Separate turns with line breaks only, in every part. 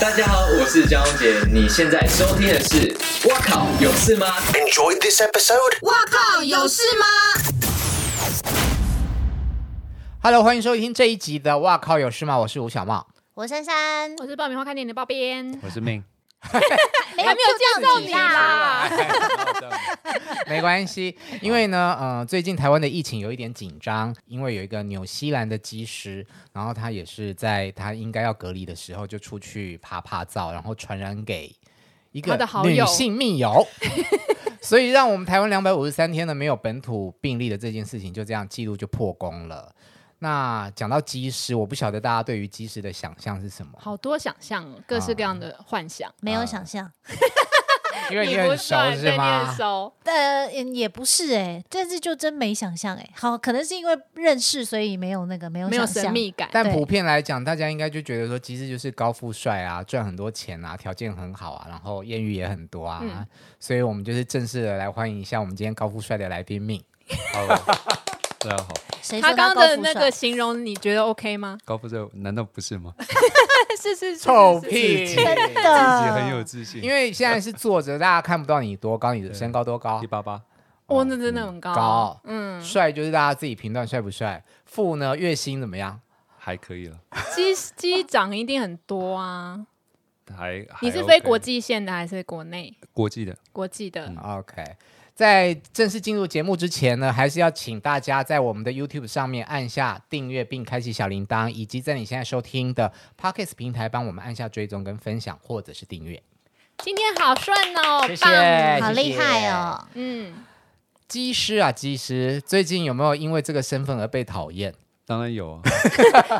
大家好，我是江宏杰，你现在收听的是《哇靠有事吗》。
Enjoyed this episode?
哇靠，有事吗？
Hello，欢迎收听这一集的《哇靠有事吗》，我是吴小 茂。
我珊珊，
我是爆米花开店的爆边，
我是命，
哎没
还没有介绍
你啊
你！啦。
没关系，因为呢，呃，最近台湾的疫情有一点紧张，因为有一个纽西兰的技师，然后他也是在他应该要隔离的时候就出去爬爬灶，然后传染给一个
他的好
女
友
性密友。 所以让我们台湾两百五十三天的没有本土病例的这件事情，就这样记录就破功了。那讲到机师，我不晓得大家对于机师的想象是什么，
好多想象哦，各式各样的幻想。
没有想象，
啊因为你
不
很熟
算
是
对你
吗
很？熟，
呃，嗯也不是哎、但是就真没想象哎、好，可能是因为认识，所以没有那个没有
没有
想象
神秘感。
但
对
普遍来讲，大家应该就觉得说，其实就是高富帅啊，赚很多钱啊，条件很好啊，然后艳遇也很多啊，
嗯
所以我们就是正式的来欢迎一下我们今天高富帅的来宾命。
好了，大家好，
谁说
他刚刚
高
的
富
那
帅
个形容，你觉得 OK 吗？
高富帅难道不是吗？自
是是是，
臭
是
屁！
真
己
的
很有自信，
因为现在是坐着，大家看不到你多高，你的身高多高
一？八八，
哇，那真的很高。
高
嗯，
帅就是大家自己评断帅不帅。富呢，月薪怎么样？
还可以了，
机机长一定很多啊。
还还
你是
OK
飞国际线的还是国内
国际的，
国际的？
OK，在正式进入节目之前呢，还是要请大家在我们的 YouTube 上面按下订阅并开启小铃铛，以及在你现在收听的 Pockets 平台帮我们按下追踪跟分享或者是订阅。
今天好顺哦，
谢谢
棒。
嗯好厉害哦！
嗯，
技师啊，技师，最近有没有因为这个身份而被讨厌？
当然有啊，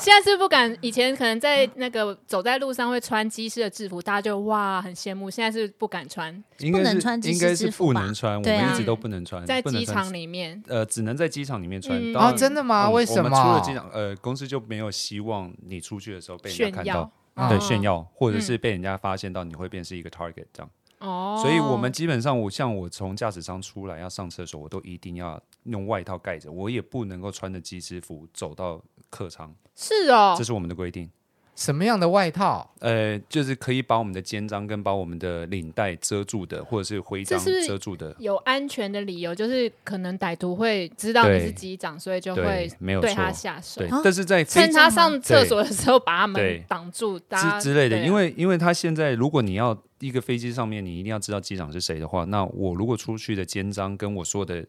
现在是不敢，以前可能在那个走在路上会穿机师的制服，大家就哇很羡慕。现在是不敢穿，
应该
能
是
穿机
应
师
该
制
是
服
不
吧
能穿，我
对
们
啊
一直都不能
嗯
穿，
在
不能
机
穿
场。里面，
呃，只能在机场里面穿。
嗯
当然
哦真的吗
嗯
为什么
我们出了机场，呃，公司就没有希望你出去的时候被人家
炫
看到
耀，
哦
对，炫耀，或者
嗯
是被人家发现到你会变是一个 target 这样。
哦，
所以我们基本上，我像我从驾驶舱出来要上厕所，我都一定要用外套盖着，我也不能够穿着机师服走到客舱，
是哦
这，是我们的规定。
什么样的外套？
呃，就是可以把我们的肩章跟把我们的领带遮住的，或者是徽章
这是
遮住的，
有安全的理由，就是可能歹徒会知道你是机长，所以就会
对，没有
对
错，
他下手
对
啊，
但是在飞
趁他上厕所的时候把他
对
们挡住，大家
之之类的，
对啊
因为因为他现在如果你要一个飞机上面，你一定要知道机长是谁的话，那我如果出去的肩章跟我说的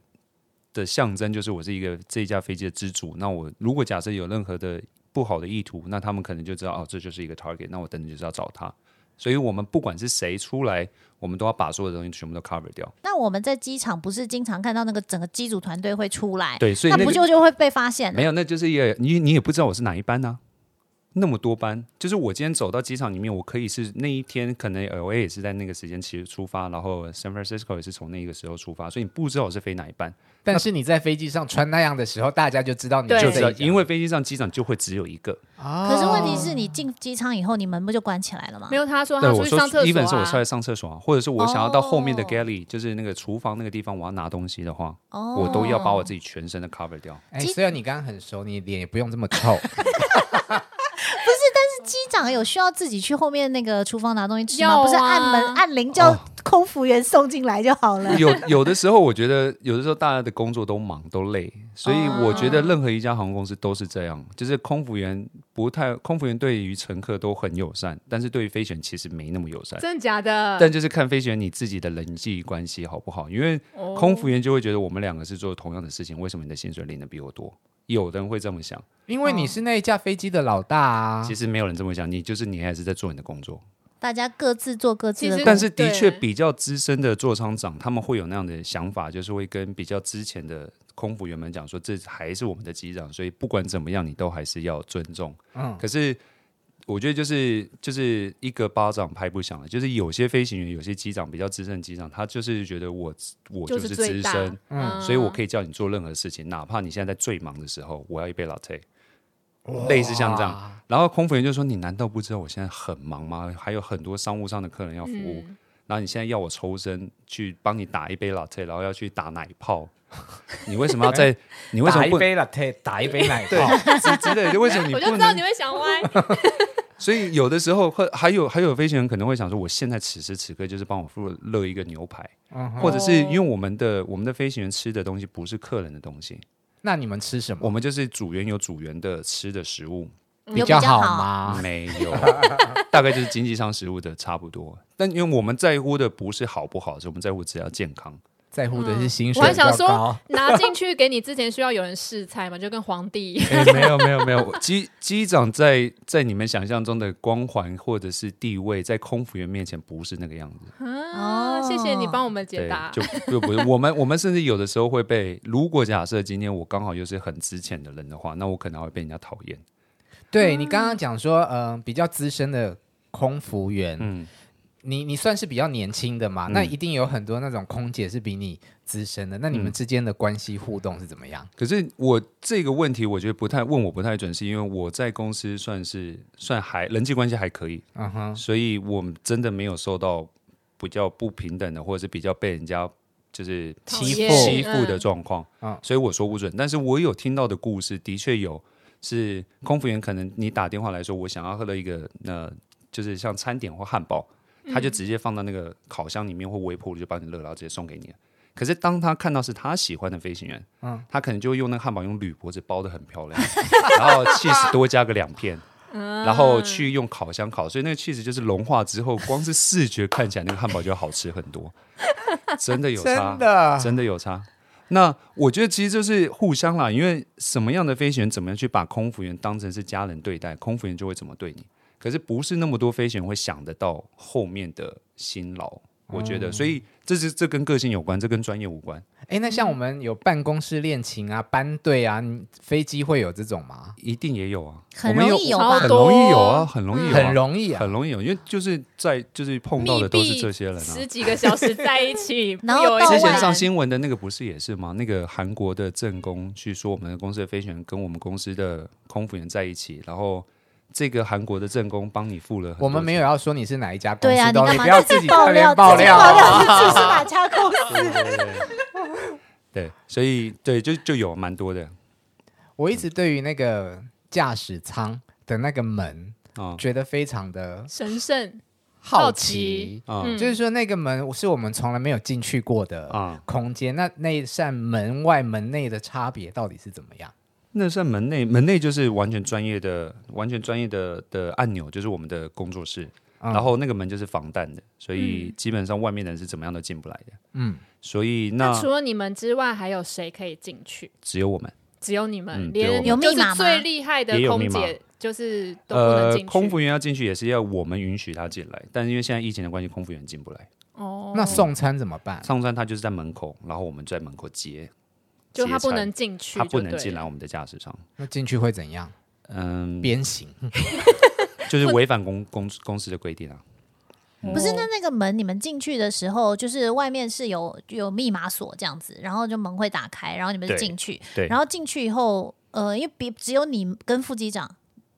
的象征就是我是一个这一架飞机的支柱，那我如果假设有任何的不好的意图，那他们可能就知道哦，这就是一个 target，那我等等就是要找他。所以我们不管是谁出来，我们都要把所有的东西全部都 cover 掉。
那我们在机场不是经常看到那个整个机组团队会出来，
对，所以
那
那
不
个
就就会被发现了？
没有，那就是一个你你也不知道我是哪一班呢、那么多班，就是我今天走到机场里面，我可以是那一天可能 L A 也是在那个时间其实出发，然后 San Francisco 也是从那个时候出发，所以你不知道我是飞哪一班，
但是你在飞机上穿那样的时候，大家就知道你
对啊
就
这
知道
一家
因为飞机上机长就会只有一个。
哦
可是问题是你进机场以后，你门不就关起来了吗？
没有他说
对，
他出
我
去
说
上厕
even 是
哦所
我出
啊
来，上厕所啊，或者是我想要到后面的
哦
galley，、就是那个厨房那个地方，我要拿东西的话，
哦
我都要把我自己全身的 cover 掉。
哎，
机
虽然你刚刚很熟，你脸也不用这么 臭。
机长有需要自己去后面那个厨房拿东西吃吗？
要啊
不是按门按铃叫空服员送进来就好了。
有有的时候，我觉得有的时候大家的工作都忙都累，所以我觉得
哦
任何一家航空公司都是这样，就是空服员不太，空服员对于乘客都很友善，但是对于飞行员其实没那么友善。
真的假的？
但就是看飞行员你自己的人际关系好不好，因为
哦
空服员就会觉得我们两个是做同样的事情，为什么你的薪水领的比我多？有的人会这么想，
因为你是那一架飞机的老大啊
其，实没有人这么想，你就是你还是在做你的工作。
大家各自做各自的
其
工，
实
但是的
对
确，比较资深的座舱长，他们会有那样的想法，就是会跟比较之前的空服员们讲说，这还是我们的机长，所以不管怎么样，你都还是要尊重。
嗯
可是我觉得就是就是一个巴掌拍不响了，就是有些飞行员、有些机长比较资深的机长，他就是觉得我我
就
就是是
最
资
大
深，
嗯
所以我可以叫你做任何事情，哪怕你现在在最忙的时候，我要一杯 latte，类似像这样。然后空服员就说：“你难道不知道我现在很忙吗？还有很多商务上的客人要服务，
嗯
然后你现在要我抽身去帮你打一杯 latte，然后要去打奶泡， 你为什么 要在？你为什么不
了？打一杯奶
对之之类的？为什么你
我就
不
知道
能
你会想歪，
所以有的时候会还有还有飞行员可能会想说，我现在此时此刻就是帮我付热一个牛排，
嗯哼
或者是因为我们的我们的飞行员吃的东西不是客人的东西，
那你们吃什么？
我们就是组员有组员的吃的食物，
有
较好
好？
吗？
没有， 大概就是经济舱食物的差不多。但因为我们在乎的不是好不好，是我们在乎只要健康。
在
嗯
乎的是薪水
我还
比较
想说
高。
拿进去给你之前需要有人试菜嘛，就跟皇帝一样。
哎、没有没有没 有，机机长在在你们想象中的光环或者是地位，在空服员面前不是那个样子。
啊，谢谢你帮我们解
对
答，。
就就不是我们，我们甚至有的时候会被，如果假设今天我刚好又是很值钱的人的话，那我可能还会被人家讨厌。
对你刚刚讲说，嗯、比较资深的空服员，
嗯，
你你算是比较年轻的嘛，
嗯
那一定有很多那种空姐是比你资深的，那你们
嗯
之间的关系互动是怎么样？
可是我这个问题，我觉得不太问我不太准，是因为我在公司算是算还人际关系还可以，
嗯哼，
所以我们真的没有受到比较不平等的，或者是比较被人家就是
讨
欺
厌
负
欺负的状况
嗯
所以我说不准。但是我有听到的故事，的确有是空服员，可能你打电话来说，我想要喝了一个呃，就是像餐点或汉堡，他
嗯
就直接放到那个烤箱里面或微波炉就帮你热，然后直接送给你了。可是当他看到是他喜欢的飞行员，嗯，他可能就会用那个汉堡用铝箔纸包的很漂亮， 然后 cheese 多加个两片，然后去用烤箱烤，所以那个 cheese 就是融化之后，光是视觉看起来那个汉堡就好吃很多，真的有差，
真的
真的有差。啊那我觉得其实就是互相啦，因为什么样的飞行员怎么样去把空服员当成是家人对待，空服员就会怎么对你。可是不是那么多飞行员会想得到后面的辛劳，我觉得，所以这是这跟个性有关，这跟专业无关。
哎，那像我们有办公室恋情啊、班队啊，你飞机会有这种吗？
一定也有啊，
很
我们
容易有吧
很容易有啊，很容易有、啊，
很容易啊
很容易有，因为就是在就是碰到
密
的都是
闭
这些人啊
十。几个小时在一起，
然后
有一
到
个
哎之
外
前上
人
新闻的那个不是也是吗？那个韩国的正宫去说我们的公司的飞行员跟我们公司的空服员在一起，然后这个韩国的正宫帮你付了很多
我们没有要说你是哪一家公
对
司
啊，
的哦，
干
你
嘛
不要
自
己
爆
在那边
料？
爆
自己
料
爆料
啊。
自己是哪家公司？
钱。对对对对对，所以对就就有蛮 多的
我一直对于那个驾驶舱的那个门，
啊
觉得非常的
神圣，
好
好
奇
奇。
啊
嗯
就是说那个门是我们从来没有进去过的
啊！
空间，那那一扇门外门内的差别到底是怎么样？
那扇门内门内就是完全专业的、完全专业的的按钮，就是我们的工作室。
嗯
然后那个门就是防弹的，所以基本上外面的人是怎么样都进不来的。
嗯，
所以那
那除了你们之外，还有谁可以进去？
只有我们。
只有你们，
嗯
连
只有
我们
就是
有密码吗
最厉害的
也有密
空
码
姐就是都不能
呃
进，去。
空服员要进去也是要我们允许他进来，但是因为现在疫情的关系，空服员进不来。
哦，
那送餐怎么办？
啊
上山他就是在门口，然后我们在门口接，
就他不
接餐
能进去，
他不能进来。我们的驾驶舱。
那进去会怎样？
嗯，
鞭刑？
就是违反公公公司的规定啊。
不是，那那个门你们进去的时候，就是外面是有有密码锁这样子，然后就门会打开，然后你们就
对
进去，
对
然后进去以后，呃，因为别只有你跟副机长，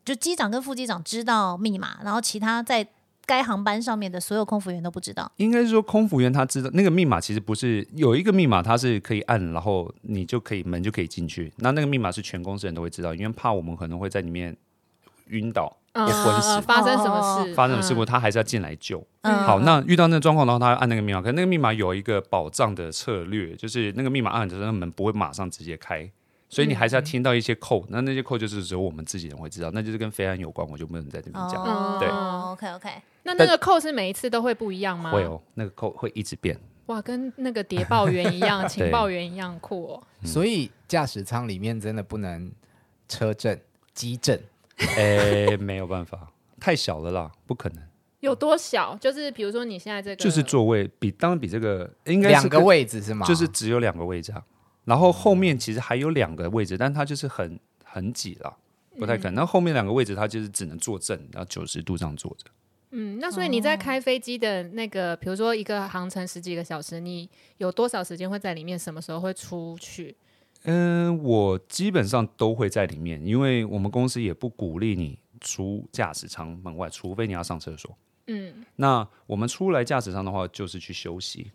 就机长跟副机长知道密码，然后其他在该航班上面的所有空服员都不知道。
应该是说，空服员他知道那个密码其实不是有一个密码，它是可以按，然后你就可以门就可以进去。那那个密码是全公司人都会知道，因为怕我们可能会在里面晕倒或
嗯，
昏死
嗯，发生什么事？
发生了事
嗯
故，他还是要进来救。
嗯，
好，那遇到那个状况，然后他要按那个密码，可是那个密码有一个保障的策略，就是那个密码按着，那个门不会马上直接开，所以你还是要听到一些扣。那那些扣就是只有我们自己人会知道，那就是跟飞安有关，我就不能在这边讲。
哦，
对
o k OK，
那那个扣是每一次都会不一样吗？
会哦，那个扣会一直变。
哇，跟那个谍报员一 样，情报员一样酷哦。
所以驾驶舱里面真的不能车震、机震。
哎，没有办法，太小了啦，不可能。
有多小？就是比如说你现在这个，
就是座位比当然比这个应该是
两个
跟
位置是吗？
就是只有两个位置啊。然后后面其实还有两个位置，但它就是很很挤了，不太可能。
嗯
那、后面两个位置它就是只能坐正，然后九十度这样坐着。
嗯，那所以你
哦
在开飞机的那个，比如说一个航程十几个小时，你有多少时间会在里面？什么时候会出去？
嗯，我基本上都会在里面，因为我们公司也不鼓励你出驾驶舱门外，除非你要上厕所。
嗯，
那我们出来驾驶舱的话，就是去休息。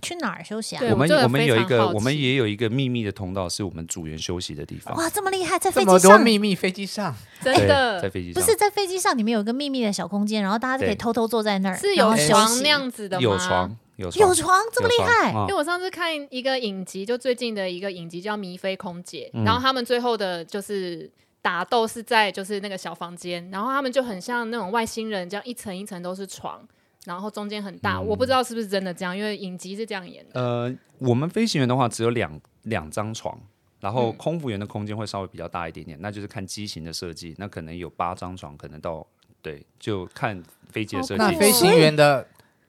去哪儿休息啊？
对
我
我
们
真的
我们有一
非常
个，
好奇
我们也有一个秘密的通道，是我们组员休息的地方。
哇，这么厉害，在
这
飞
么
机
多
上
秘密，飞机上
真
对在
的
飞机
不
上
是在飞机上，你们有一个秘密的小空间，然后大家就可以
对
偷偷坐在那儿，
是
然
有
后休
床
息
那，样子的吗？
有床，嗯有床，
有床这么厉害
有，床啊
因为我上次看一个影集，就最近的一个影集叫《迷飞空姐》，
嗯
然后他们最后的就是打斗是在就是那个小房间，然后他们就很像那种外星人，这样一层一层都是床，然后中间很大，
嗯
我不知道是不是真的这样，因为影集是这样演的。
呃，我们飞行员的话只有两两张床，然后
嗯
空服员的空间会稍微比较大一点点，那就是看机型的设计，那可能有八张床，可能到对，就看飞机的设
好酷
那
计。
哦
飞行员的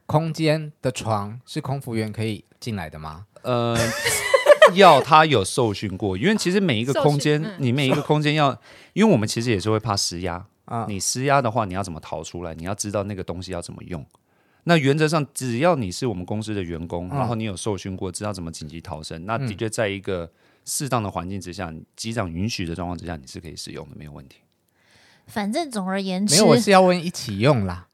空间的床是空服员可以进来的吗？
呃，要他有受训过，因为其实每一个
受训嗯
空间，你每一个空间要，因为我们其实也是会怕施压。
啊、
你施压的话，你要怎么逃出来？你要知道那个东西要怎么用。那原则上，只要你是我们公司的员工，
嗯
然后你有受训过，知道怎么紧急逃生，那的确在一个适当的环境之下，机长允许的状况之下，你是可以使用的，没有问题。
反正总而言
没
之
有，，我是要问一起用啦。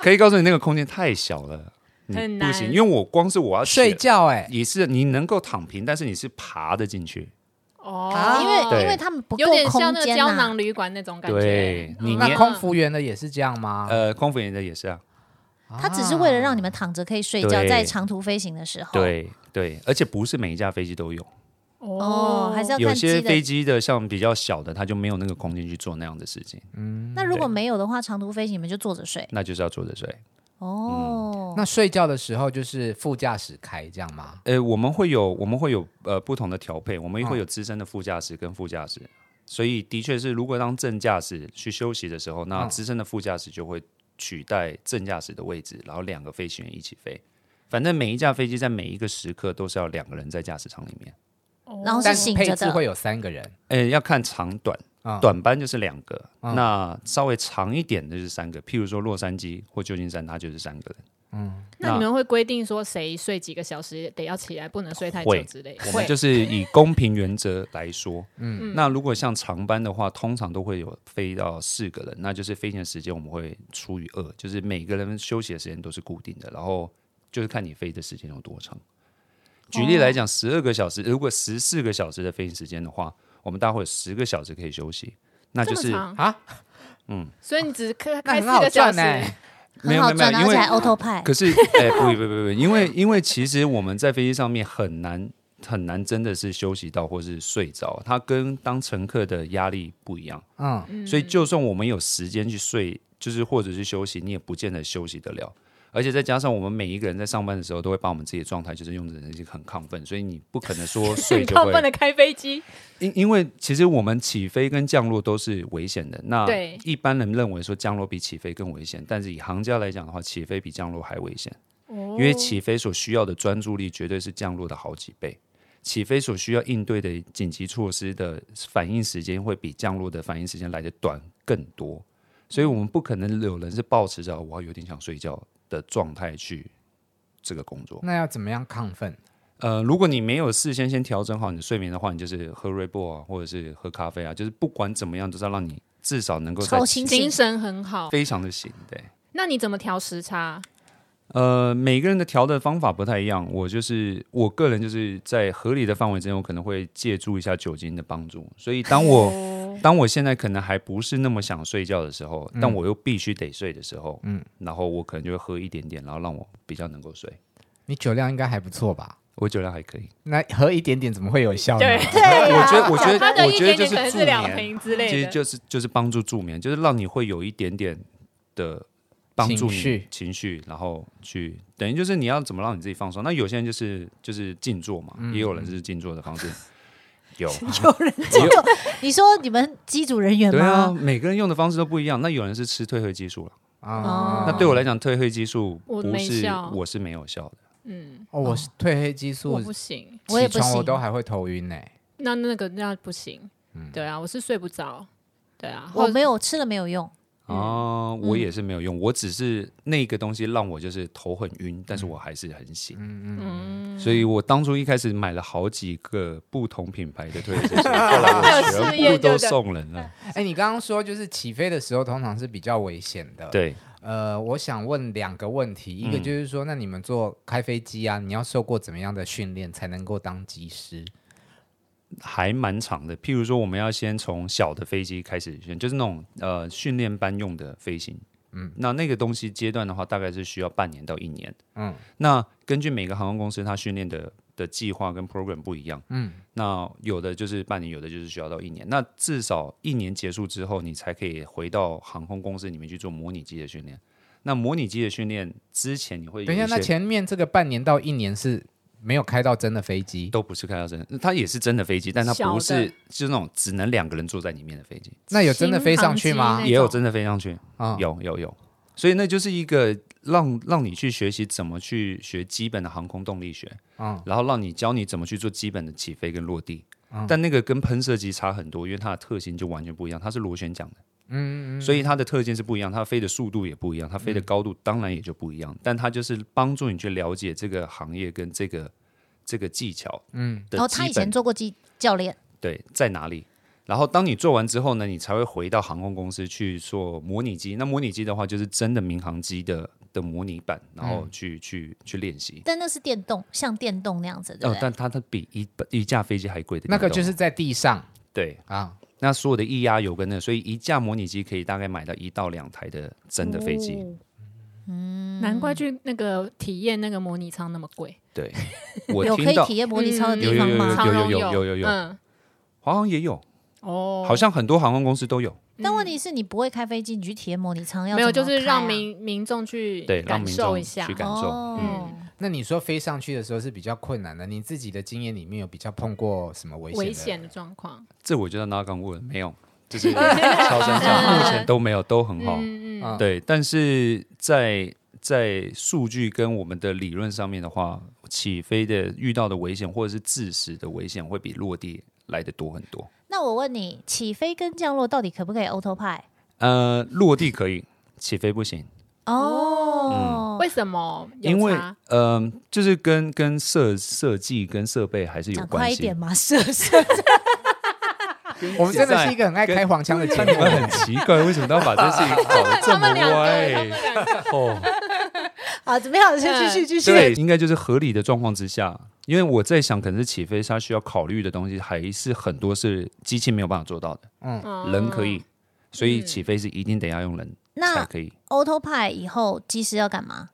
可以告诉你，那个空间太小了，你
很难
不行，因为我光是我要
睡
选，
觉哎、
也是你能够躺平，但是你是爬的进去，
哦
啊
因为
对
因为他们不够
有点像
空
那个
间啊
胶
呐
囊。旅馆那种感觉。嗯
对你
那
连
空服员的也是这样吗？
呃，空服员的也是啊，
他只是为了让你们躺着可以睡觉，
啊对
在长途飞行的时候，
对对，而且不是每一架飞机都有，
哦，还是要
有
看机
些飞
的。
机的像比较小的，它就没有那个空间去做那样的事情，
那如果
对
没有的话，长途飞行你们就坐着睡
那就是要坐着睡。
哦。
那睡觉的时候就是副驾驶开这样吗？
呃，我们会有我们会有呃不同的调配，我们会有资深的副驾驶跟副驾驶，所以的确是如果当正驾驶去休息的时候，那
嗯
资深的副驾驶就会取代正驾驶的位置，然后两个飞行员一起飞。反正每一架飞机在每一个时刻都是要两个人在驾驶舱里面，嗯
然后是
但
醒
配
着
置
的，
会有三个人
呃，要看长短，
啊、
短班就是两个，
嗯
那稍微长一点的就是三个，譬如说洛杉矶或旧金山，它就是三个人。
那你们会规定说谁睡几个小时得要起来，不能睡太久
会
之类的？
我们就是以公平原则来说，嗯，
嗯
那如果像长班的话，通常都会有飞到四个人，那就是飞行的时间我们会除以二，就是每个人休息的时间都是固定的，然后就是看你飞的时间有多长。举例来
哦
讲，十二个小时，如果十四个小时的飞行时间的话，我们大概会有十个小时可以休息，那
这
就
么
是
长
啊，
嗯
所以你只开
那
开
很
四
好
个小
赚
时
哎、，
没
很
有
好
没有
赚，啊
没
而
有，因
且还
为
auto 派。
可是，哎、不不不不，因为因为其实我们在飞机上面很难很难真的是休息到或是睡着，它跟当乘客的压力不一样，
嗯，
所以就算我们有时间去睡，就是或者是休息，你也不见得休息得了。而且再加上我们每一个人在上班的时候，都会把我们自己的状态就是用的很亢奋，所以你不可能说睡
很
就
亢奋
会
的开飞机，
因因为其实我们起飞跟降落都是危险的。那
对
一般人认为说降落比起飞更危险，但是以行家来讲的话，起飞比降落还危险，因为起飞所需要的专注力绝对是降落的好几倍。起飞所需要应对的紧急措施的反应时间会比降落的反应时间来的短更多，所以我们不可能有人是保持着我有点想睡觉的状态去这个工作。
那要怎么样亢奋？
呃，如果你没有事先先调整好你的睡眠的话，你就是喝瑞波啊，或者是喝咖啡啊，就是不管怎么样，都是要让你至少能够在
超清
精
醒，
神很好。
非常的醒。对，
那你怎么调时差？
呃，每个人的调的方法不太一样。我就是我个人就是在合理的范围之内，我可能会借助一下酒精的帮助。所以当我、当我现在可能还不是那么想睡觉的时候，
嗯
但我又必须得睡的时候，嗯，然后我可能就会喝一点点，然后让我比较能够睡。
你酒量应该还不错吧？
我酒量还可以，
那喝一点点怎么会有效呢？
对啊
我觉得，我觉得，
他的
我
一
觉得
点
就
点可能
助
是两
眠
瓶之类
其实
的，
就是就是帮助助眠，就是让你会有一点点的帮助
情
你
绪
情绪，然后去等于就是你要怎么让你自己放松。那有些人就是就是静坐嘛，
嗯
也有人是静坐的 方式，有
你说你们机组人员
对啊，
吗？
每个人用的方式都不一样。那有人是吃褪黑激素了，
啊、
哦
那对我来讲，褪黑激素
我
不
没
是
效
我是没有效的。
嗯，
哦，我是褪黑激素，
我不行，
我也
起
不
床我
行，
都还会头晕呢、
嗯
那那个那不行，对啊，我是睡不着，对啊，
我
或
没有吃了没有用，
嗯
啊，我也是没有用，我只是那个东西让我就是头很晕，但是我还是很醒。
嗯，
所以我当初一开始买了好几个不同品牌的退 热针，后来我
有试验
全部
就对
都送人了。
哎，你刚刚说就是起飞的时候通常是比较危险
嗯
的，。
对，
呃，我想问两个问题，一个
嗯
就是说，那你们做开飞机啊，你要受过怎么样的训练才能够当机师？
还蛮长的。譬如说，我们要先从小的飞机开始训，就是那种呃训练班用的飞行。嗯，那那个东西阶段的话，大概是需要半年到一年。
嗯，
那根据每个航空公司它训练的的计划跟 program 不一样。
嗯，
那有的就是半年，有的就是需要到一年。那至少一年结束之后，你才可以回到航空公司里面去做模拟机的训练。那模拟机的训练之前，你会有
等一下，
些
那前面这个半年到一年是没有开到真的飞机，
都不是开到真的，它也是真的飞机，但它
小
不
的
是就是那种只能两个人坐在里面的飞机。
那有真的飞上去吗
啊
新航？机那
也有
种
真的飞上去，
啊
有有有，所以那就是一个让让你去学习怎么去学基本的航空动力学，
嗯
然后让你教你怎么去做基本的起飞跟落地。
嗯
但那个跟喷射机差很多，因为它的特性就完全不一样，它是螺旋桨的，
嗯，嗯
所以它的特性是不一样，它飞的速度也不一样，它飞的高度当然也就不一样，但它就是帮助你去了解这个行业跟这个这个技巧，嗯，
然后他以前做过机教练，
对，在哪里？然后当你做完之后呢，你才会回到航空公司去做模拟机。那模拟机的话，就是真的民航机的的模拟版，然后去、去去练习。
但那是电动，像电动那样子，对
哦
不，对？
但它它比一一架飞机还贵的地
那
方。
个就是在地上
对，
啊，
那所有的液压油跟那，所以一架模拟机可以大概买到一到两台的真的飞机。
哦
嗯难怪去那个体验那个模拟舱那么贵，
对，我
有可
听
以
到
体验模拟舱的
有
地方
嗯有
吗？
长荣
有有有有有
嗯，
华航也有，
哦，
好像很多航空公司都有。
但问题是你不会开飞机，你去体验模拟舱要
没有，
怎
就
么
是
开
让
啊
民民众去
对让
感
民
受
众
一下
去，感受嗯
哦
那你说飞上去的时候是比较困难的，你自己的经验里面有比较碰过什么危险？
危险的，状况。
这我觉得哪敢问，没有，就是 超身上目前都没有，都很好。
嗯嗯，
嗯，
对，但是在在数据跟我们的理论上面的话，起飞的遇到的危险或者是致死的危险会比落地来的多很多。
那我问你，起飞跟降落到底可不可以 auto p i
呃，落地可以，起飞不行，
哦，
为什么有
因为
差？
嗯、呃就是跟跟设设计跟设备还是有
讲快
关
一
系
点。嘛， 射射。
我们真的是一个很爱开黄腔的节
但
目哦
你。们很奇怪，为什么要把这事情搞得这
他
么
们两个，他
歪
们？两个，
哦，
好，怎么样？先继 续继
对，
续。
应该就是合理的状况之下，因为我在想，可能是起飞它需要考虑的东西还是很多是机器没有办法做到的，
嗯
人可以，所以
嗯
起飞是一定得要用人才
哦那
可以，
auto p i 以后机师要干嘛？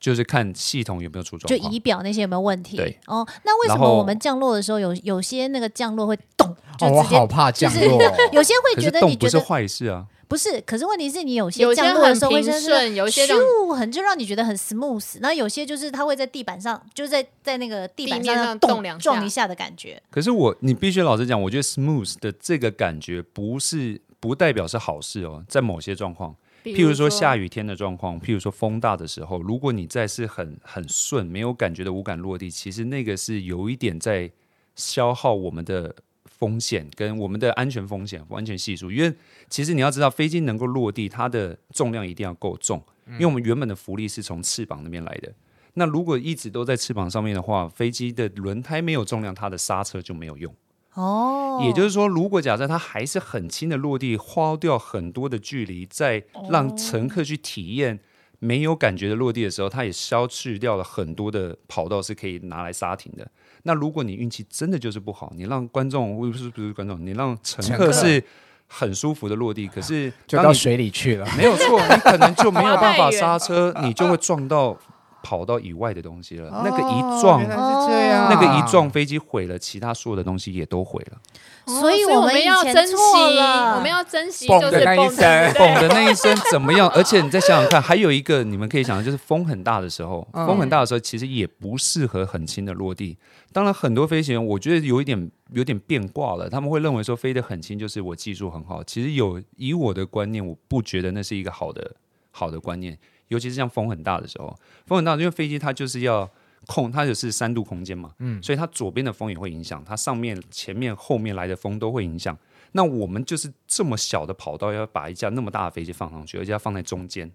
就是看系统有没有出
就
状况
仪。表那些有没有问题？
对
哦，那为什
然
么
后
我们降落的时候有有些那个降落会咚，就
哦，我
直接、
好怕降
就是
落哦。
有些会
可
觉
是
得
动
你
不
觉
是
得
坏事啊，
不是，可是问题是你有些
有些
降落的
很
时候会
平
真的是
顺，有一些让
咻很就让你觉得很 smooth，那有些就是它会在地板上，就在在那个地板
地面
上
上
动
动两下
撞一下的感觉。
可是我你必须老实讲，我觉得 smooth 的这个感觉不是不代表是好事哦，在某些状况。譬如说下
雨，
雨天的状况，譬如说风大的时候，如果你再是很很顺，没有感觉的无感落地，其实那个是有一点在消耗我们的风险跟我们的安全风险、安全系数。因为其实你要知道，飞机能够落地，它的重量一定要够重，因为我们原本的浮力是从翅膀那边来的。那如果一直都在翅膀上面的话，飞机的轮胎没有重量，它的刹车就没有用。
哦，
也就是说，如果假设它还是很轻的落地，花掉很多的距离，在让乘客去体验没有感觉的落地的时候，它也消去掉了很多的跑道是可以拿来刹停的。那如果你运气真的就是不好，你让观众不是不是观众，你让乘
乘
客
客
是很舒服的落地，可是
就
当
到
你
水里去 了。
没有错，你可能就没有办
滑
法
太远
刹车，你就会撞到跑道以外的东西了。那个一撞
哦原。来是这样，
那个一撞，飞机毁了，其他所有的东西也都毁了。
哦
所以
我
们以
要
前
珍惜，
错了
我们要珍惜，
蹦
就是
的那一
蹦
声
风的那一声怎么样？而且你再想想看，还有一个你们可以想，就是风很大的时候，
嗯
风很大的时候其实也不适合很轻的落地。当然，很多飞行员我觉得有一点有点变卦了，他们会认为说飞得很轻就是我技术很好。其实有以我的观念，我不觉得那是一个好的好的观念，尤其是像风很大的时候，风很大，因为飞机它就是要。控它就是三度空间嘛，嗯，所以它左边的风也会影响，它上面、前面、后面来的风都会影响。那我们就是这么小的跑道，要把一架那么大的飞机放上去，而且要放在中间。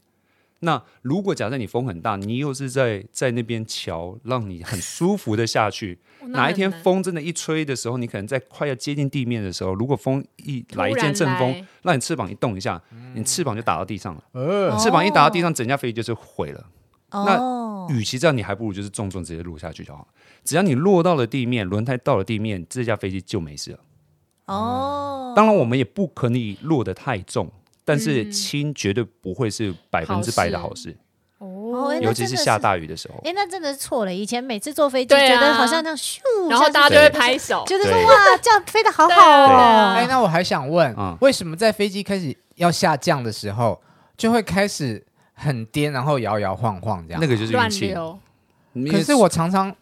那如果假设你风很大，你又是在在那边桥，让你很舒服的下去。
哦 那
哪一天
很难
风真的一吹的时候，你可能在快要接近地面的时候，如果风一来一
突然
阵阵风
来，
让你翅膀一动一下，你翅膀就打到地上了。
呃，
翅膀一打到
哦
地上，整架飞机就是毁了。那
哦，
与其这样，你还不如就是重重直接落下去就好了。只要你落到了地面，轮胎到了地面，这架飞机就没事了。
哦，
当然，我们也不可以落得太重，但是轻绝对不会是百分之百的好事，
哦哎那
尤其
真
是
的
下
是
大雨的时候。
哎，那真的是错了。以前每次坐飞机，
对啊
觉得好像那样咻，
然后大家
家
就会拍手，
觉得
对
说哇，这样飞得好好
对
哦
啊。
哎，那我还想问
嗯，
为什么在飞机开始要下降的时候，就会开始很颠，然后摇摇晃晃这样？
那个就是
乱
运气。
流，
因为
可是我常常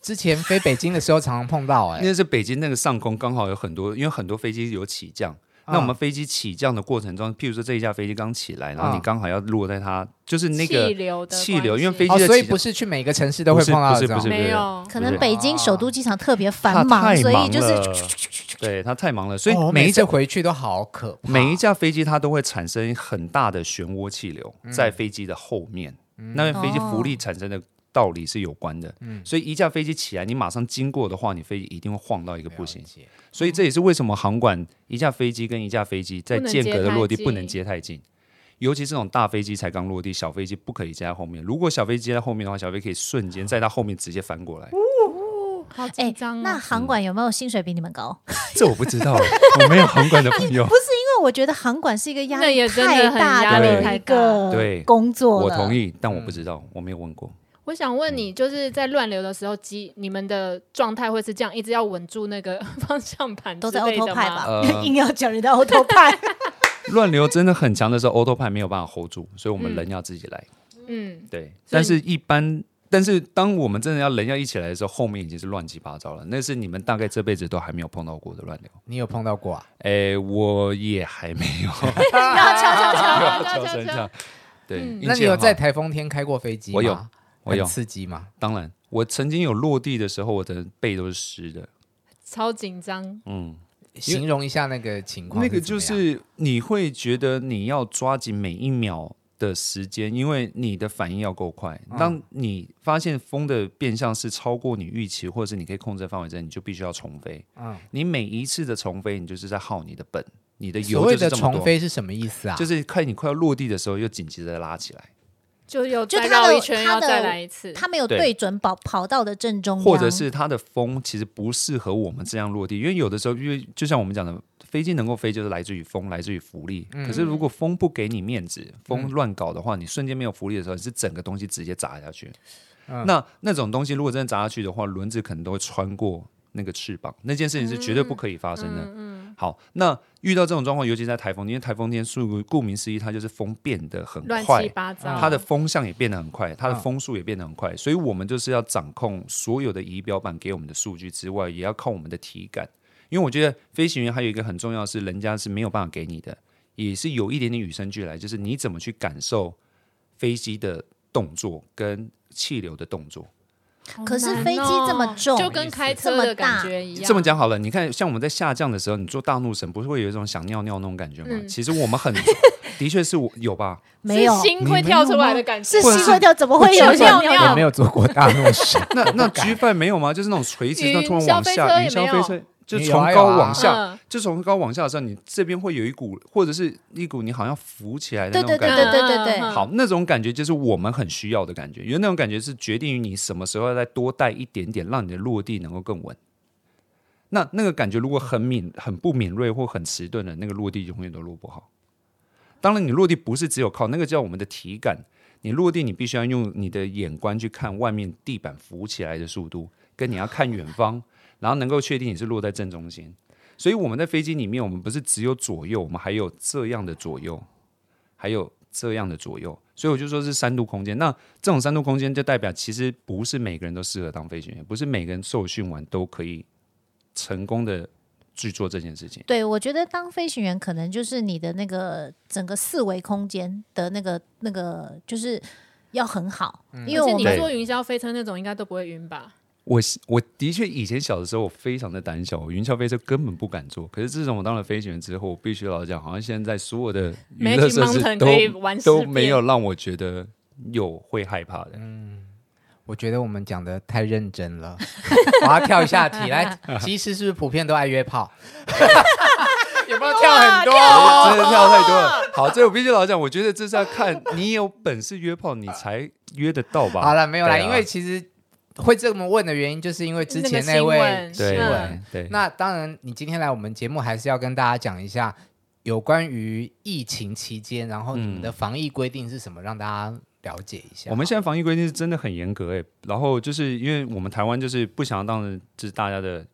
之前飞北京的时候，常常碰 到哎，
那是北京那个上空刚好有很多，因为很多飞机有起降。
啊
那我们飞机起降的过程中，譬如说这一架飞机刚起来，然后
啊
你刚好要落在它，就是那个
气流的
气流
关系
因为飞机
哦，
的
所以
起
不是去每个城市都会
不是
碰到的这
不
种
是不是
没有，
可能
对
北京首都机场特别繁
它
忙，
太
啊
所以
忙
就是
了对它太忙了，所
哦
以每
每
一
次
架
回去都好可怕，
每一架飞机它都会产生很大的漩涡气流在飞机的后面，那边飞机浮力产生的道理是有关的。所以一架飞机起来，你马上经过的话，你飞机一定会晃到一个不行
了。解
所以这也是为什么航管一架飞机跟一架飞机在间隔的落地
不
不
能
能
接
接太近，尤其这种大飞机才刚落地，小飞机不可以接在后面。如果小飞机接在后面的话，小飞机可以瞬间在它后面直接翻过来。
好
哎
紧张，
那
哦。
航管有没有薪水比你们高？
这我不知道，我没有航管的朋友。
因为我觉得航管是一个压
那也
力
真的
太
很
大
压
力
的
太
一
大
个
对
工作
我
了。
同意，但我不知道，我没有问过。
我想问你，就是在乱流的时候，机你们的状态会是这样，一直要稳住那个 方向盘
都在
之类的
auto
吗
派吧，
呃
硬要讲人家 auto 派。
乱流真的很强的时候，auto 派没有办法 hold 住，所以我们人要自己来。
嗯，
对，但是一般，但是当我们真的要人要一起来的时候，后面已经是乱七八糟了，那是你们大概这辈子都还没有碰到过的乱流。
你有碰到过啊？
哎，我也还没有。
要敲敲敲敲
敲
敲
三
敲
下。对，
嗯
运
那
气
你有
很好啊
在台风天开过飞机吗？
哦我有我有
很刺激吗？
当然，我曾经有落地的时候，我的背都是湿的。
超紧张，
嗯，
形容一下那个情况
那
怎么样，
个就是你会觉得你要抓紧每一秒的时间，因为你的反应要够快。
嗯
当你发现风的变向是超过你预期，或者是你可以控制的范围之内，你就必须要重飞。
嗯
你每一次的重飞，你就是在耗你的本，你的
所
油
谓
就
的
是这么多
重。飞是什么意思啊？
就是快，你快要落地的时候，又紧急的拉起来，
就又
就
再
他的
绕一圈，
他
要
的
再来一次。
他没有
对
对准跑跑道的正中央，
或者是它的风其实不适合我们这样落地，因为有的时候，因为就像我们讲的，飞机能够飞就是来自于风，来自于浮力。可是如果风不给你面子，风乱搞的话，你瞬间没有浮力的时候，你是整个东西直接砸下去。那那种东西如果真的砸下去的话，轮子可能都会穿过那个翅膀，那件事情是绝对不可以发生的。好，那遇到这种状况，尤其在台风，因为台风天，顾顾名思义，它就是风变得很
乱
快嗯
七，八糟，
它的风向也变得很快，它的
嗯
风速也变得很快，所以我们就是要掌控所有的仪表板给我们的数据之外，也要靠我们的体感。因为我觉得飞行员还有一个很重要的是，人家是没有办法给你的，也是有一点点与生俱来，就是你怎么去感受飞机的动作跟气流的动作。
好
可是
难
飞机
哦
这么重
就跟开车的感觉一样。
这么，讲好了，你看，像我们在下降的时候，你做大怒神，不是会有一种想尿尿那种感觉吗？
嗯
其实我们很，的确是我有吧，
没有
是心会跳出来的感觉，
是
或者
西
是
瓜掉，怎么会
或
有
者是
尿
尿
也
尿
尿？
没有做过大怒神，
那那 G 饭没有吗？就是那种垂直，
云
那突然往
霄飞车
下，
也
云
没
霄
有
飞车就
也
从
有啊
高
有啊
往下，
嗯
就从高往下的时候，你这边会有一股，或者是一股你好像浮起来的
对
那
对
种
对
感
对
觉。
对对对，
嗯
好，那种感觉就是我们很需要的感觉，因为那种感觉是决定于你什么时候要再多带一点点，让你的落地能够更稳。那那个感觉如果很敏、很不敏锐或很迟钝的，那个落地永远都落不好。当然，你落地不是只有靠那个叫我们的体感，你落地你必须要用你的眼观去看外面地板浮起来的速度，跟你要看远方，然后能够确定你是落在正中心。所以我们在飞机里面，我们不是只有左右，我们还有这样的左右，还有这样的左右。所以我就说是三度空间。那这种三度空间就代表，其实不是每个人都适合当飞行员，不是每个人受训完都可以成功的去做这件事情。
对，我觉得当飞行员可能就是你的那个整个四维空间的那个那个就是要很好，因为
而且
我
你
们
们
坐云霄飞车那种应该都不会晕吧？
我我的确以前小的时候我非常的胆小，我云霄飞车根本不敢坐。可是自从我当了飞行员之后，我必须老实讲，好像现在所有的娱乐
Magic
设施
Mountain
都
可以玩十
都
遍
没有让我觉得有会害怕的。
我觉得我们讲的太认真了， 我要跳一下题来。西施是不是普遍都爱约炮？ 有没有跳很多？
哦
真的跳太多了。好，这我必须老实讲，我觉得这是要看你有本事约炮，你才约得到吧。
好了，没有啦，
对啊
因为其实会这么问的原因，就是因为之前
那个新
位
闻
对
嗯
对对，
那当然，你今天来我们节目，还是要跟大家讲一下有关于疫情期间，然后你们的防疫规定是什么，让大家了解一下。
嗯我们现在防疫规定是真的很严格哎、然后就是因为我们台湾就是不想要当成就是大家的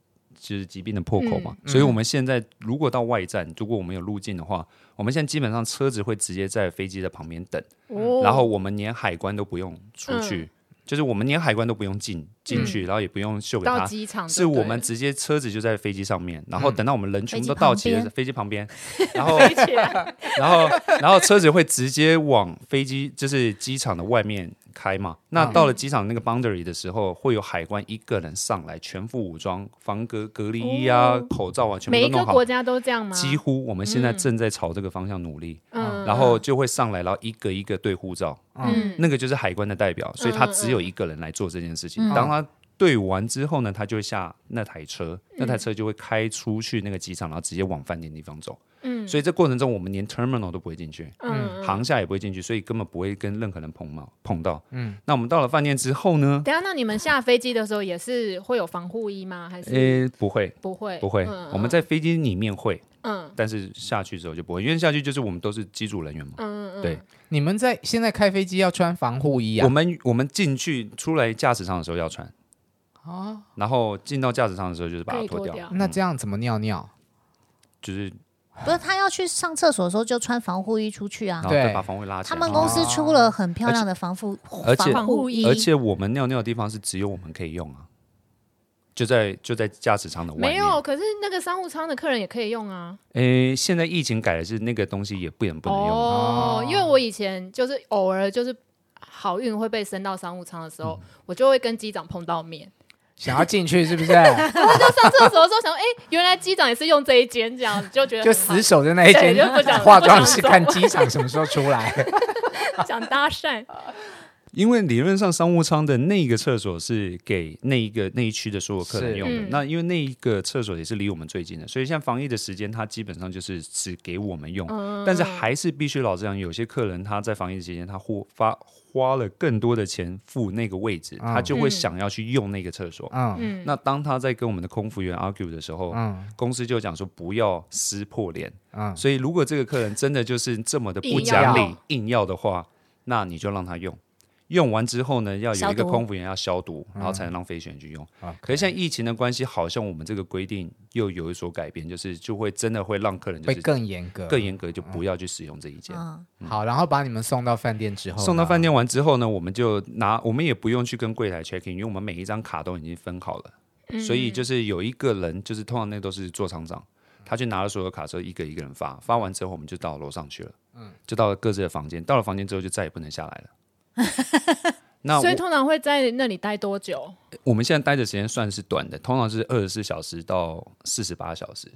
就是疾病的破口嘛，
嗯
所以我们现在如果到外站，如果我们有入境的话，我们现在基本上车子会直接在飞机的旁边等，
哦
嗯
嗯
然后我们连海关都不用出去，就是我们连海关都不用进进去，然后也不用秀给
哦到
他。
机场就是对嗯
我
了
们直接车子就在飞机上面，然后等到我们人全
飞机
部都到
旁
齐了，
边
飞机旁边，然后
飞起来，
然后，然后车子会直接往飞机，就是机场的外面开嘛。那
嗯
到了机场那个 boundary 的时候，会有海关一个人上来，全副武装，防隔隔离衣啊、
哦
口罩啊，全部
每
都
一个
弄好
国。家都这样吗？
几乎我们现在正在朝这个方向努力，
嗯，
然后就会上来，然后一个一个对护照，
嗯
那个就是海关的代表，所以他只有一个人来做这件事
嗯
情。当他对完之后呢，他就会下那台车，那
嗯
台车就会开出去那个机场，然后直接往饭店地方走。
嗯
所以这过程中我们连 terminal 都不会进去，
嗯，
航厦也不会进去，所以根本不会跟任何人碰到碰到。嗯，那我们到了饭店之后呢？
等一下，那你们下飞机的时候也是会有防护衣吗？还是
诶，不会，
不会？
不会。
嗯
我们在飞机里面会，
嗯
但是下去之后就不会，因为下去就是我们都是机组人员嘛。
嗯嗯，嗯
对，
你们在现在开飞机要穿防护衣啊？
我们我们进去出来驾驶舱的时候要穿，
哦，
然后进到驾驶舱的时候就是把
可
它
以
脱
脱
掉。
掉
那这样怎么尿 尿？
就是
不是他要去上厕所的时候就穿防护衣出去啊
然后。
对
再把防卫拉起
他
来。
们公司出了很漂亮的防护
哦而且
防护衣，
而且我们尿尿的地方是只有我们可以用啊，就在就在驾驶舱的外面。
没有，可是那个商务舱的客人也可以用啊。
诶，现在疫情改的是那个东西也不能不能用。
哦，因为我以前就是偶尔就是好运会被升到商务舱的时候，
嗯
我就会跟机长碰到面。
想要进去是 不是？
上厕所的时候想说，哎、原来机长也是用这一间，这样就觉得
就
很好
死守在那一间
对就不想
化妆室
不想
看
走
机场什么时候出 来。
想搭讪。
因为理论上商务舱的那一个厕所是给那一个那一区的所有客人
是
用的，
嗯
那因为那一个厕所也是离我们最近的，所以像防疫的时间，它基本上就是只给我们用，但是还是必须老实讲，有些客人他在防疫的期间，他花发花了更多的钱付那个位置，
嗯
他就会
嗯
想要去用那个厕所。
嗯
嗯，
那当他在跟我们的空服员 argue 的时候，
嗯
公司就讲说不要撕破脸，
嗯，
所以如果这个客人真的就是这么的不
硬
讲理
要、
硬要的话，那你就让他用。用完之后呢，要有
消
一个
毒
空服员要消毒，
嗯
然后才能让飞行员去用。
啊
可是现在疫情的关系，好像我们这个规定又有所改变，就是就会真的会让客人就
会
是
更严格，
更严格，就不要去使用这一件。
嗯，
好。然后把你们送到饭店之后呢，
送到饭店完之后呢，我们就拿，我们也不用去跟柜台 check in，因为我们每一张卡都已经分好了，
嗯
所以就是有一个人，就是通常那都是做厂长，他去拿了所有卡之后，一个一个人发，发完之后我们就到楼上去了，嗯，就到了各自的房间，到了房间之后就再也不能下来 了。那我
所以通常会在那里待多久？
我们现在待的时间算是短的，通常是二十四小时到四十八小时，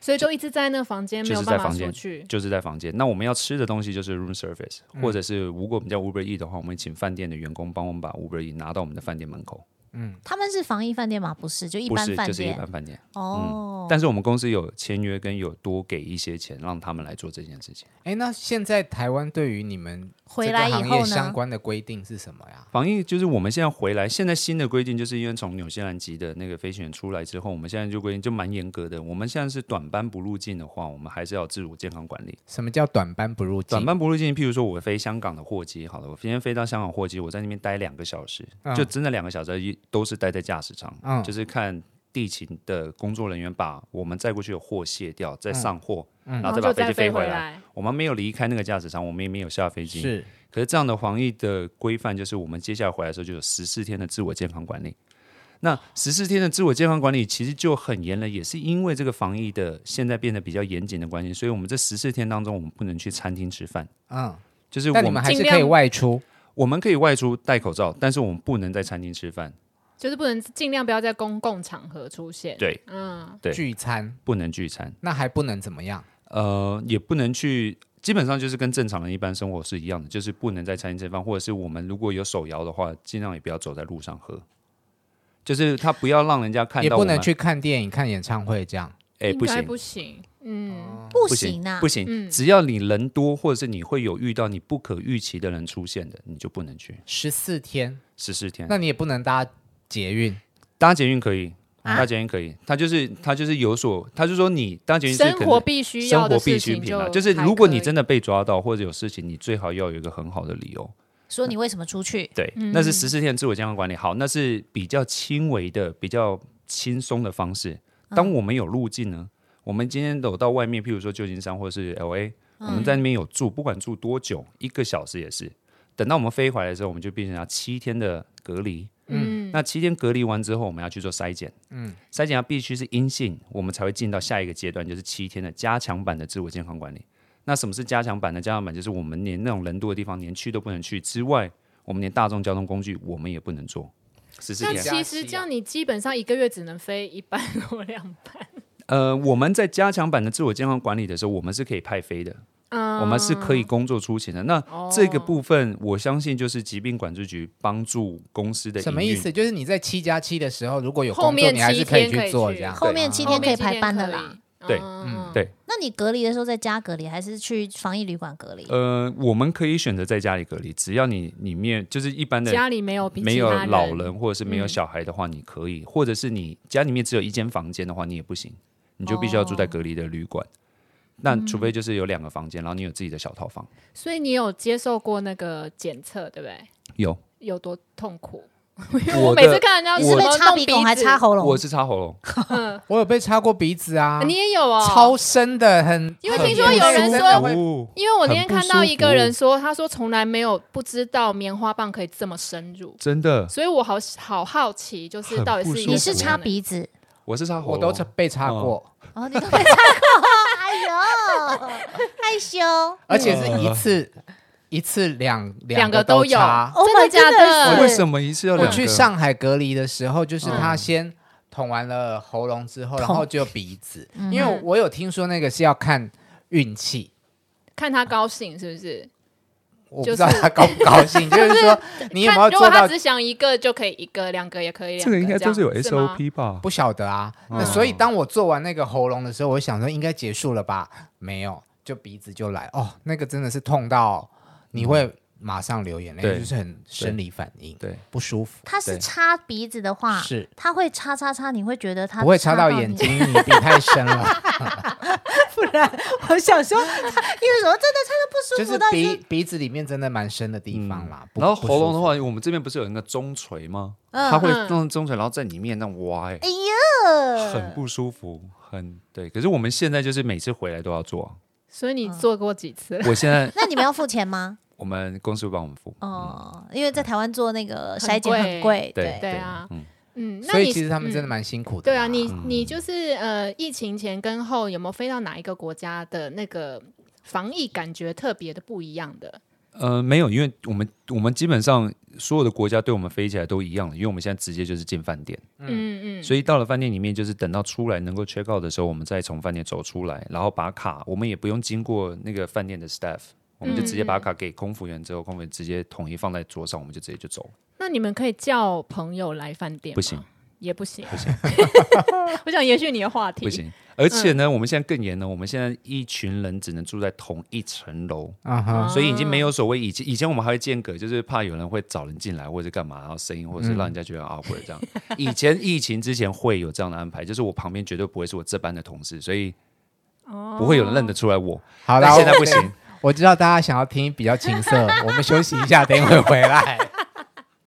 所以就一直在那个房间，没
就
有
是
办
在
法
房
出
间
去，。
就是在房间。那我们要吃的东西就是 room service，、或者是如果我们叫 Uber E 的话，我们请饭店的员工帮我们把 Uber E 拿到我们的饭店门口，
他们是防疫饭店吗？不是，就一
不
般
是
饭
就是一
店
般饭店。嗯
哦。
但是我们公司有签约跟有多给一些钱让他们来做这件事情。
哎，那现在台湾对于你们
回
这个
来以
行业
后呢
相关的规定是什么呀？
防疫就是我们现在回来，现在新的规定就是因为从纽西兰籍的那个飞行员出来之后，我们现在就规定就蛮严格的。我们现在是短班不入境的话，我们还是要有自主健康管理。
什么叫短班不入境？
短班不入境，譬如说我飞香港的货机，好了，我今天飞到香港货机，我在那边待两个小时，
嗯
就真的两个小时一都是待在驾驶舱，
嗯
就是看地勤的工作人员把我们载过去的货卸掉，
嗯
再上货，然后
后
再把
就
飞机
再
飞
回
回来。。我们没有离开那个驾驶舱，我们也没有下飞机。
是
可是这样的防疫的规范，就是我们接下来回来的时候就有十四天的自我健康管理。那十四天的自我健康管理其实就很严了，也是因为这个防疫的现在变得比较严谨的关系，所以我们这十四天当中，我们不能去餐厅吃饭，
嗯，
就是我
但你
们
们还是
尽
可以
量
外出
我们可以外出戴口罩，但是我们不能在餐厅吃饭。
就是不能尽量不要在公共场合出现。，
对，
嗯，
对
聚餐，
不能聚餐，
那还不能怎么样？
呃，也不能去，基本上就是跟正常人一般生活是一样的，就是不能在餐厅吃饭，或者是我们如果有手摇的话，尽量也不要走在路上喝，就是他不要让人家看
也
到我
不
们，
能去看电影、看演唱会这样。
哎、
应
不
该
行，哦
不行。嗯，
不
不行
行啊，
不行，
嗯
只要你人多，或者是你会有遇到你不可预期的人出现的，你就不能去
十四天，
十四天。
那你也不能搭捷运，
搭捷运可以，
啊
搭捷运可以，他就是他就是有所，他就说你搭捷运是
生
可能
活必须
生
要
活
的
必
事
需
情
品
就
啊，
还
就是如果你真
可以
的被抓到或者有事情，你最好要有一个很好的理由。
说你为什么出去？
对，那是十四天自我健康管理，好，那是比较轻微的、比较轻松的方式。当我们有路径呢，我们今天有到外面，譬如说旧金山或是 L A，我们在那边有住，不管住多久，一个小时也是。等到我们飞回来的时候，我们就变成要七天的隔离。
嗯，
那七天隔离完之后，我们要去做筛检。嗯，筛检要必须是阴性，我们才会进到下一个阶段，就是七天的加强版的自我健康管理。那什么是加强版呢？加强版就是我们连那种人多的地方连去都不能去之外，我们连大众交通工具我们也不能坐。十四
那
天，
其实这样你基本上一个月只能飞一班或两班。
呃，我们在加强版的自我健康管理的时候，我们是可以派飞的，
啊
嗯，
我们是可以工作出勤的。那
哦
这个部分，我相信就是疾病管制局帮助公司的
什么
营
意
运
思？就是你在七加七的时候，如果有
后
工作，
面
你还
七
是可以
天可
去
以
做
去
这样。
后面七天可以
后面
排班的
可以
啦。
对
嗯，
对
那你隔离的时候在家隔离，还是去防疫旅馆隔离？
呃，我们可以选择在家里隔离，只要你里面就是一般的
家里没有比
没
其
有
他
老人或者是没有小孩的话，你可以；或者是你家里面只有一间房间的话，你也不行，你就必须要住在隔离的旅馆。那除非就是有两个房间，然后你有自己的小套房。
所以你有接受过那个检测，对不对？
有，
有多痛苦？
我
每次
的
看人家
你是
什
被
么
插
弄
鼻
鼻
孔还
子
插喉
我
咙？
是插喉咙，
我有被插过鼻子啊，
嗯你也有啊、
超深的，很
因为
很
听说
严
有
重
人
真
说
的会
哦
因为我那天
很不
看到
舒
一个人
服
说，他说从来没有不知道棉花棒可以这么深入，
真的，
所以我好好好奇，就是到底
很不
是一
舒服
个
你
什
是
么
插
样的
鼻子
我是插喉
我
咙，
都被插过，
哦，你都没插过，哎呦，害羞。
而且是一次
嗯
一次两
两
个
个都有
插，
Oh
真的
my
假
goodness
的？
为什么一次要嗯
我
两个？
去上海隔离的时候，就是
嗯
他先捅完了喉咙之后，然后就鼻子，
嗯
因为我有听说那个是要看运气，
看他高兴是不是？
我不
就
知
是
道他高不高 兴，就是说你有没有
看如
做
果他
到
只想一个就可以一个，两个也可以两
这个应该都是有
这样吗
SOP 吧？
不晓得啊。
嗯
那所以当我做完那个喉咙的时候，我想说应该结束了吧，没有，就鼻子就来哦，那个真的是痛到你会马上流眼泪，
对
就是很生理反应，
对，
不舒服。
他是
对
插鼻子的话，
是
他会插插插，你会觉得他
不会插到
你
眼。睛，你鼻太深了，
不然我想说，他因为什么真的插的
就
不舒服
是
到
鼻鼻子里面真的蛮深的地方啦。不
然后喉咙的，
不舒服
话，我们这边不是有那个中垂吗？
嗯
它会弄中垂，然后在里面那样挖、欸，
哎呦，
很不舒服，很对。可是我们现在就是每次回来都要做。
所以你做过几次？
我现在
那你们要付钱 吗？
我们公司会帮我们 付，
哦，因为在台湾做那个筛
很
检很
贵
贵，
对
对啊
嗯，
嗯，那
所以
你
其实他们
嗯
真的蛮辛苦的
对
啦。
啊，你你就是呃，疫情前跟后有没有飞到哪一个国家的那个防疫感觉特别的不一样的？
呃，没有，因为我们我们基本上所有的国家对我们飞起来都一样的，因为我们现在直接就是进饭店，
嗯嗯，
所以到了饭店里面，就是等到出来能够 check out 的时候，我们再从饭店走出来，然后把卡，我们也不用经过那个饭店的 staff，我们就直接把卡给空服员，之后空服员直接统一放在桌上，我们就直接就走了。
那你们可以叫朋友来饭店吗
不行，
也不行，不行。 我想延续你的话题，
不行。而且呢，我们现在更严了，我们现在一群人只能住在同一层楼，
啊哈，
所以已经没有所谓以前以前我们还会间隔，就是怕有人会找人进来或者是干嘛，然后声音或者是让人家觉得 awkward 这样。以前疫情之前会有这样的安排，就是我旁边绝对不会是我这班的同事，所以不会有人认得出来我。
好
但
啦，
现在
我
不行，
我知道大家想要听比较青涩，我们休息一下，等一会回来。